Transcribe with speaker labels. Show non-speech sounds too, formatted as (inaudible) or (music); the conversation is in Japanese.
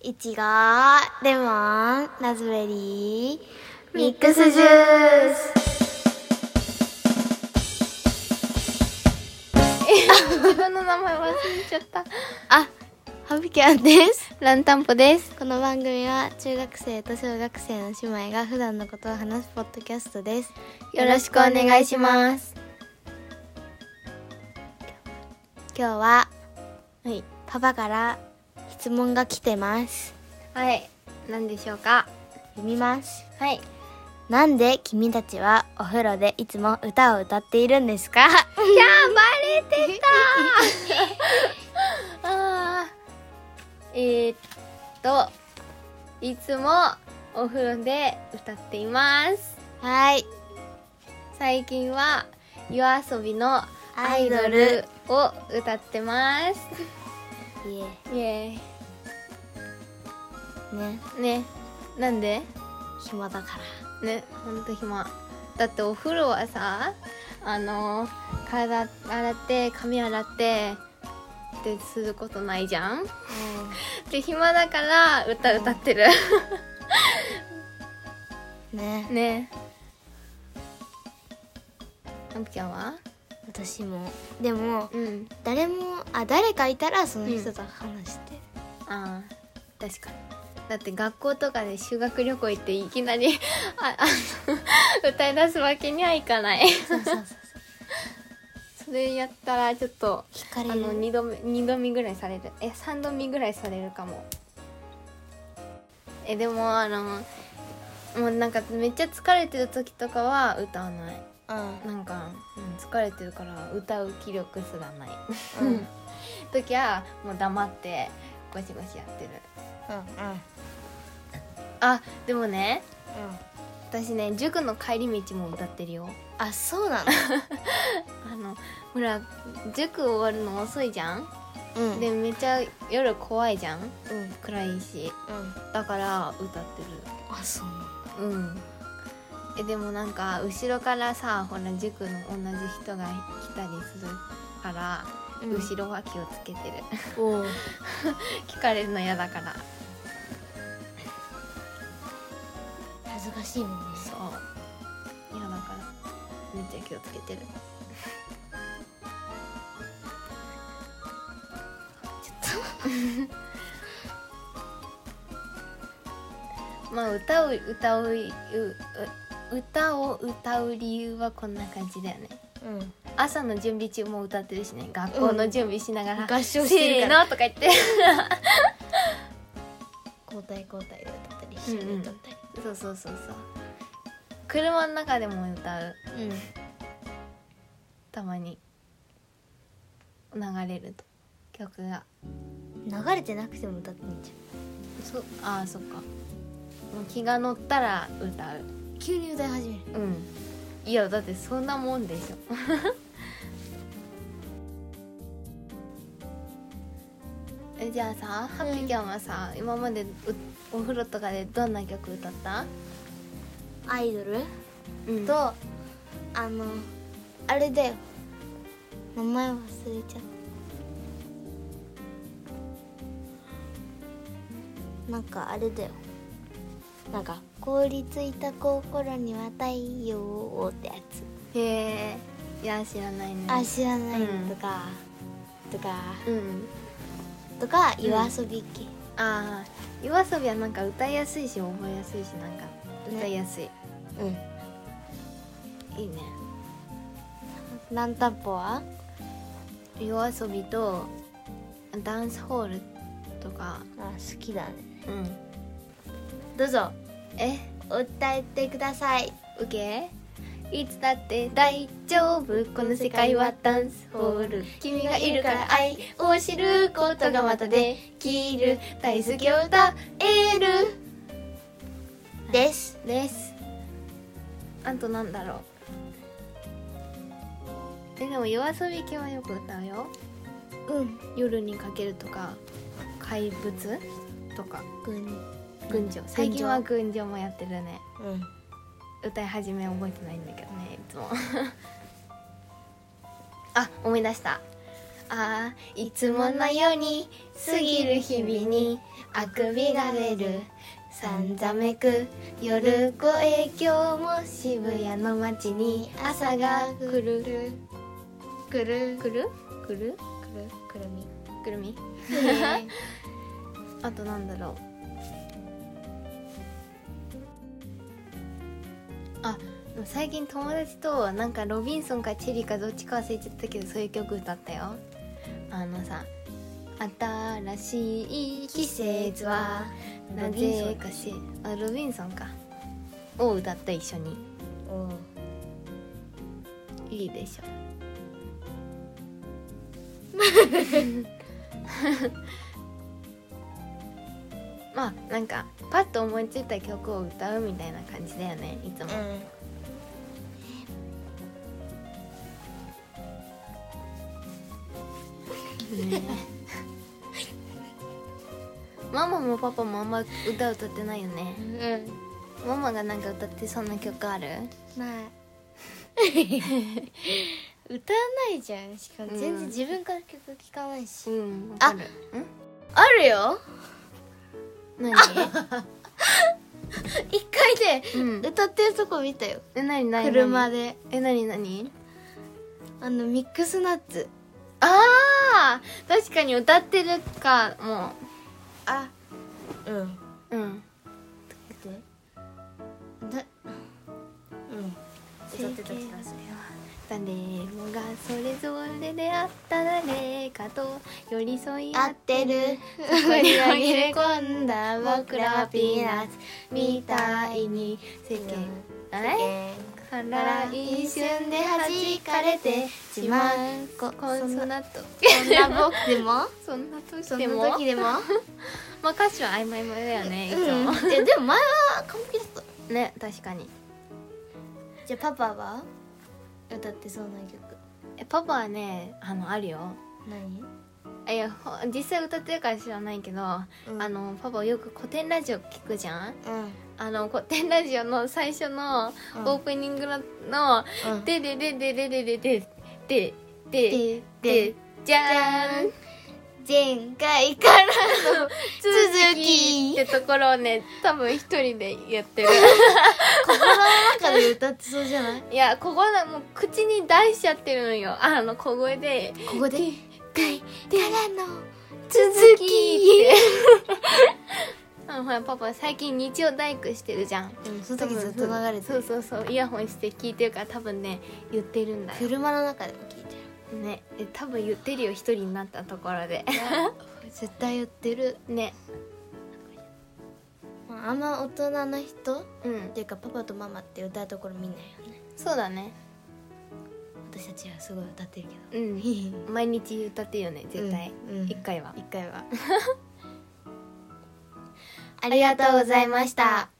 Speaker 1: いちご、レモン、ラズベリー、ミックスジュース。
Speaker 2: 自分の名前忘れちゃった。
Speaker 1: あ、ハブキャンです。
Speaker 2: ランタンポです。
Speaker 1: この番組は中学生と小学生の姉妹が普段のことを話すポッドキャストです。
Speaker 2: よろしくお願いします。
Speaker 1: 今日は
Speaker 2: はい。
Speaker 1: パパから質問が来てます。
Speaker 2: はい。なんでしょうか。
Speaker 1: 読みます。
Speaker 2: はい。
Speaker 1: なんで君たちはお風呂でいつも歌を歌っているんですか
Speaker 2: いやー、バレてたー。 (laughs) あーえー、っと、いつもお風呂で歌っています。
Speaker 1: はい。
Speaker 2: 最近は夜遊びのアイドルを歌ってます。
Speaker 1: い
Speaker 2: イ
Speaker 1: え、
Speaker 2: エ
Speaker 1: ね、
Speaker 2: ーイ。ね。なんで？
Speaker 1: 暇だから。
Speaker 2: ねほんと暇だってお風呂はさあの体洗って髪洗ってってすることないじゃんで暇だから歌歌ってる
Speaker 1: ね、
Speaker 2: ねなぷちゃんは
Speaker 1: 私も。でも、
Speaker 2: うん
Speaker 1: 誰も、あ、誰かいたらその人と話して。
Speaker 2: あー確かにだって学校とかで修学旅行行っていきなりああの歌い出すわけにはいかない
Speaker 1: そうそうそうそう。
Speaker 2: それやったらちょっと
Speaker 1: 聞か
Speaker 2: あ
Speaker 1: れ
Speaker 2: の
Speaker 1: る。
Speaker 2: 二度目二度見ぐらいされるえ三度見ぐらいされるかもえでもあのもうなんかめっちゃ疲れてる時とかは歌わない
Speaker 1: うん
Speaker 2: なんか、うん、疲れてるから歌う気力すらない (laughs)
Speaker 1: うんうん
Speaker 2: 時はもう黙ってゴシゴシやってるあでもね
Speaker 1: うん。
Speaker 2: 私ね塾の帰り道も歌ってるよ
Speaker 1: あ、そうなの。
Speaker 2: あのほら塾終わるの遅いじゃん、
Speaker 1: うん
Speaker 2: でめっちゃ夜怖いじゃん
Speaker 1: うんうん。
Speaker 2: 暗いしだから歌ってる
Speaker 1: あ、そうな
Speaker 2: うんえでもなんか後ろからさほら塾の同じ人が来たりするから、
Speaker 1: の。
Speaker 2: 後ろは気をつけてる (laughs)
Speaker 1: おー
Speaker 2: 聞かれるの嫌だから
Speaker 1: 恥ずかしいもんね。
Speaker 2: そう嫌だからめっちゃ気をつけてるちょっとまあ歌を歌うう歌を歌う理由はこんな感じだよね
Speaker 1: うん。
Speaker 2: 朝の準備中も歌ってるしね学校の準備しなが
Speaker 1: う
Speaker 2: ら、
Speaker 1: ん合唱してるか
Speaker 2: せーのとか言って
Speaker 1: (laughs) 交代交代で歌ったり、一緒に歌ったり。
Speaker 2: そうそうそうそう車の中でも歌う
Speaker 1: うん。
Speaker 2: たまに流れると曲が
Speaker 1: 流れてなくても歌ってんじ
Speaker 2: そあーそっかもう気が乗ったら歌う
Speaker 1: ゃん。急に歌い始める。
Speaker 2: うんいやだってそんなもんでしょ (laughs) えじゃあさハッピーキャンはさ、今までうお風呂とかでどんな曲歌った、
Speaker 1: アイドル
Speaker 2: うん
Speaker 1: と、あの、あれだよ。名前忘れちゃった。なんかあれだよ。なんか凍りついた心には太陽をってやつ。
Speaker 2: へえいや知らないね
Speaker 1: あ知らないのとか、とか
Speaker 2: うん
Speaker 1: とか
Speaker 2: うん
Speaker 1: 夜遊び系、
Speaker 2: あー夜遊びはなんか歌いやすいし覚えやすいしなんか歌いやすい、
Speaker 1: うん、
Speaker 2: いいね
Speaker 1: ランタンポは
Speaker 2: 夜遊びとダンスホールとか
Speaker 1: あ好きだね
Speaker 2: うん
Speaker 1: どうぞ
Speaker 2: え
Speaker 1: 歌えてください
Speaker 2: 受けいつだって大丈夫この世界はダンスホール君がいるから愛を知ることがまたできる大好きを歌える
Speaker 1: です
Speaker 2: ですあとなんだろうえでも夜遊び系はよく歌うよ
Speaker 1: うん
Speaker 2: 夜にかけるとか怪物とか
Speaker 1: ぐん
Speaker 2: 群青最近は群青もやってるね
Speaker 1: うん
Speaker 2: 歌い始め覚え (laughs) てないんだけどねいつもあ思い出したああいつものように過ぎる日々にあくびが出るさんざめく夜ご影響も渋谷の街に朝が来るくるくる
Speaker 1: く
Speaker 2: くる
Speaker 1: るくるみ
Speaker 2: くるみ (laughs) あとなんだろうあでも最近友達となんかロビンソンかチェリーかどっちか忘れちゃったけどそういう曲歌ったよあのさ新しい季節はなぜかしあロビンソンかを歌った一緒に
Speaker 1: お
Speaker 2: いいでしょ (laughs) まあなんかパッと思いついた曲を歌うみたいな感じだよねいつも、
Speaker 1: ん
Speaker 2: ママもパパもあんま歌歌ってないよね
Speaker 1: うん
Speaker 2: ママがなんか歌ってそんな曲ある
Speaker 1: ない
Speaker 2: (laughs)
Speaker 1: 歌わないじゃんしかも全
Speaker 2: うん
Speaker 1: 然自分から曲聴かないし、
Speaker 2: うん
Speaker 1: あ
Speaker 2: あん
Speaker 1: あるよ
Speaker 2: (laughs) 何
Speaker 1: 一回で
Speaker 2: うん
Speaker 1: 歌ってるとこ見たよ
Speaker 2: え何何何
Speaker 1: 車で
Speaker 2: え何何
Speaker 1: あのミックスナッツ
Speaker 2: あー確かに歌ってるかも
Speaker 1: あうん
Speaker 2: ううん
Speaker 1: だうん歌ってた気がする
Speaker 2: 誰もがそれぞれであった誰かと寄り添い合
Speaker 1: 合
Speaker 2: っ
Speaker 1: ってて
Speaker 2: る
Speaker 1: るそこに紛れ込んだ僕らピーナッツ
Speaker 2: み
Speaker 1: み
Speaker 2: た
Speaker 1: た
Speaker 2: い
Speaker 1: い
Speaker 2: に世間あれ
Speaker 1: え
Speaker 2: から一瞬で弾かれてしまうここんなと
Speaker 1: こんな僕でも
Speaker 2: そんな時 (laughs)
Speaker 1: そん
Speaker 2: で
Speaker 1: な
Speaker 2: も
Speaker 1: 時でも
Speaker 2: まあ歌詞は曖昧だよねいつも、
Speaker 1: うん、えでも前は完璧だった
Speaker 2: ね確かに
Speaker 1: じゃあパパは歌ってそうな曲
Speaker 2: えパパはねあのあるよ
Speaker 1: 何
Speaker 2: いやほ実際歌ってるから知らないけど、
Speaker 1: うん
Speaker 2: あのパパよく古典ラジオ聞くじゃん
Speaker 1: うん
Speaker 2: あの古典ラジオの最初の
Speaker 1: うん
Speaker 2: オープニングの「の
Speaker 1: うん
Speaker 2: でででででででででで
Speaker 1: で
Speaker 2: で
Speaker 1: で
Speaker 2: じゃーん
Speaker 1: 前回からの
Speaker 2: 続
Speaker 1: 続
Speaker 2: き
Speaker 1: き
Speaker 2: ってところをね多分一人で
Speaker 1: (laughs)
Speaker 2: やってる
Speaker 1: (laughs) 心の中で歌ってそうじゃない
Speaker 2: いやここのもう口に出しちゃってるのよあの小声で
Speaker 1: ここで回からの
Speaker 2: 「続き」って (laughs) あのほらパパ最近日曜大工してるじゃん
Speaker 1: うんその時ずっと流れて
Speaker 2: そう
Speaker 1: る
Speaker 2: そうそうイヤホンして聞いてるから多分ね言ってるんだよ
Speaker 1: 車の中でも聞いてる
Speaker 2: ねえ多分言ってるよ一人になったところで
Speaker 1: 絶対言ってる、
Speaker 2: ね
Speaker 1: まあ、あんま大人の人っ
Speaker 2: うん
Speaker 1: ていうかパパとママって歌うところ見ないよね
Speaker 2: そうだね
Speaker 1: 私たちはすごい歌ってるけ
Speaker 2: う
Speaker 1: ど
Speaker 2: ん毎日歌ってるよね絶対、
Speaker 1: うんうん
Speaker 2: 一回は
Speaker 1: 一回は
Speaker 2: あ
Speaker 1: ありがとうございました